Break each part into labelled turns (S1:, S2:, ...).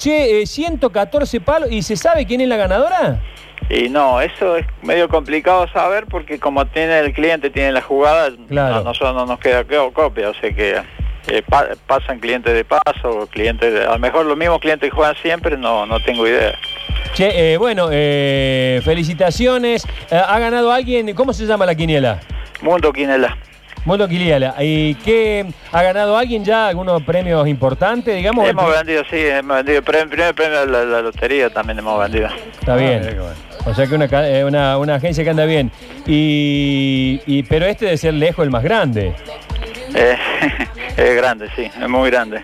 S1: Che, eh, 114 palos. ¿Y se sabe quién es la ganadora?
S2: Y no, eso es medio complicado saber porque como tiene el cliente, tiene la jugada,
S1: Claro.
S2: a nosotros no nos queda co- copia, o sea que eh, pa- pasan clientes de paso, clientes de- a lo mejor los mismos clientes que juegan siempre, no, no tengo idea.
S1: Che, eh, bueno, eh, felicitaciones. Eh, ha ganado alguien. ¿Cómo se llama la quiniela?
S2: Mundo Quinela.
S1: Mundo Quiniela. ¿Y qué? ¿Ha ganado alguien ya algunos premios importantes, digamos?
S2: Hemos vendido, sí, hemos vendido, pre- el primer premio de la, la lotería también hemos vendido.
S1: Está
S2: Ah,
S1: bien. O sea que una, ca- eh, una- una agencia que anda bien. Y, y- pero este debe ser lejos el más grande.
S2: Eh, es grande, sí, es muy grande.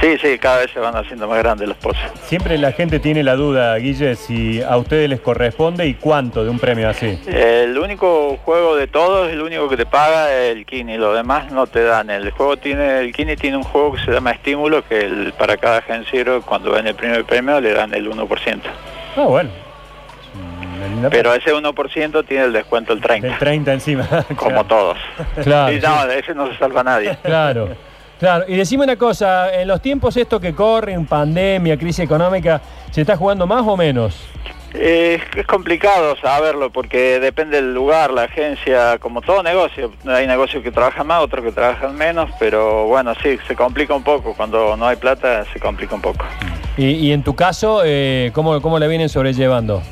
S2: Sí, sí, cada vez se van haciendo más grandes los pozos.
S3: Siempre la gente tiene la duda, Guille, si a ustedes les corresponde y cuánto de un premio así.
S2: El único juego de todos, el único que te paga es el Kini, lo demás no te dan. El juego tiene, el Kini tiene un juego que se llama estímulo, que el- para cada agenciero cuando ven el primer premio le dan el 1%.
S3: Ah, bueno. Es una linda
S2: Pero ese 1% tiene el descuento el
S3: plata. del
S2: 30,
S3: 30 encima.
S2: como todos.
S1: Claro.
S2: Y no, de ese no se salva nadie.
S1: Claro, claro. Y decime una cosa, en los tiempos estos que corren, pandemia, crisis económica, ¿se está jugando más o menos?
S2: Eh, es complicado saberlo porque depende del lugar, la agencia, como todo negocio. Hay negocios que trabajan más, otros que trabajan menos, pero bueno, sí, se complica un poco. Cuando no hay plata, se complica un poco.
S1: Y, y en tu caso, eh, ¿cómo, ¿cómo la vienen sobrellevando?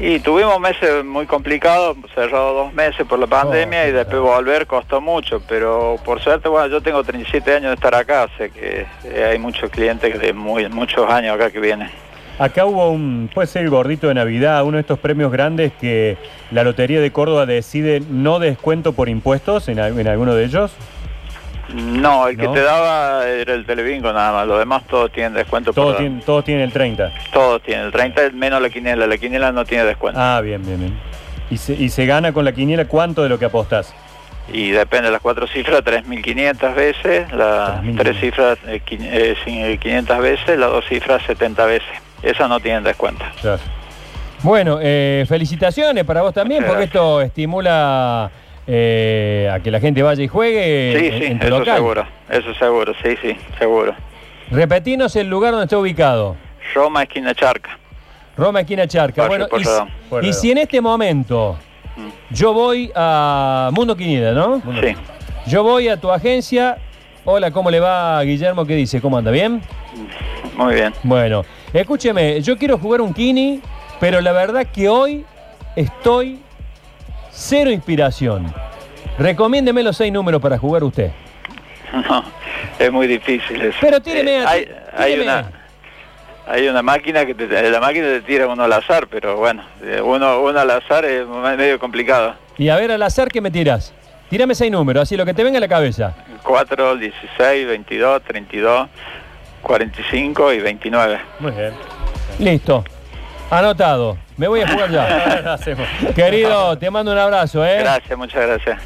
S2: Y tuvimos meses muy complicados, cerrado dos meses por la pandemia y después volver costó mucho, pero por suerte, bueno, yo tengo 37 años de estar acá, sé que eh, hay muchos clientes de muy, muchos años acá que vienen.
S3: Acá hubo un, puede ser el gordito de Navidad, uno de estos premios grandes que la Lotería de Córdoba decide no descuento por impuestos en, al- en alguno de ellos.
S2: No, el que
S3: ¿No?
S2: te daba era el telebingo nada más, los demás todos tienen descuento. por
S3: Todos
S2: la-
S3: tienen, todos tienen el 30.
S2: Todos tienen, el 30 es menos la quiniela, la quiniela no tiene descuento.
S3: Ah, bien, bien, bien. Y se, y se gana con la quiniela cuánto de lo que apostás.
S2: Y depende de las cuatro cifras, 3.500 veces, las
S3: 3.500.
S2: tres cifras eh, quin- eh, sí, 500 veces, las dos cifras 70 veces. Esas no tienen descuento.
S3: Claro.
S1: Bueno, eh, felicitaciones para vos también,
S2: Muchas
S1: porque esto estimula eh, a que la gente vaya y juegue
S2: Sí,
S1: en,
S2: sí,
S1: en tu
S2: eso
S1: local.
S2: seguro, eso seguro, sí, sí, seguro.
S1: Repetinos el lugar donde está ubicado.
S2: Roma, esquina Charca.
S1: Roma esquina Charca. Bueno,
S2: Barrio
S1: y,
S2: Porredón.
S1: si-
S3: Porredón.
S1: y si en este momento
S2: Mm.
S1: yo voy a Mundo Quinida, ¿no?
S2: Sí,
S1: Yo voy a tu agencia. Hola, ¿cómo le va Guillermo? ¿Qué dice? ¿Cómo anda? ¿Bien?
S2: muy bien.
S1: Bueno, escúcheme, yo quiero jugar un Kini, pero la verdad que hoy estoy cero inspiración. Recomiéndeme los seis números para jugar usted.
S2: No, es muy difícil eso. Eh,
S1: Pero tíreme a-
S2: hay, hay
S1: tíreme.
S2: una hay una máquina que te, la máquina te tira uno al azar, pero bueno, eh, uno uno al azar es medio complicado.
S1: Y a ver, al azar, ¿qué me tirás? Tírame seis números, así lo que te venga a la cabeza.
S2: 4, 16, 22, 32, 45 y 29.
S3: Muy bien.
S1: Listo. Anotado. Me voy a jugar ya.
S3: Hacemos.
S1: Querido, te mando un abrazo, ¿eh?
S2: Gracias, muchas gracias.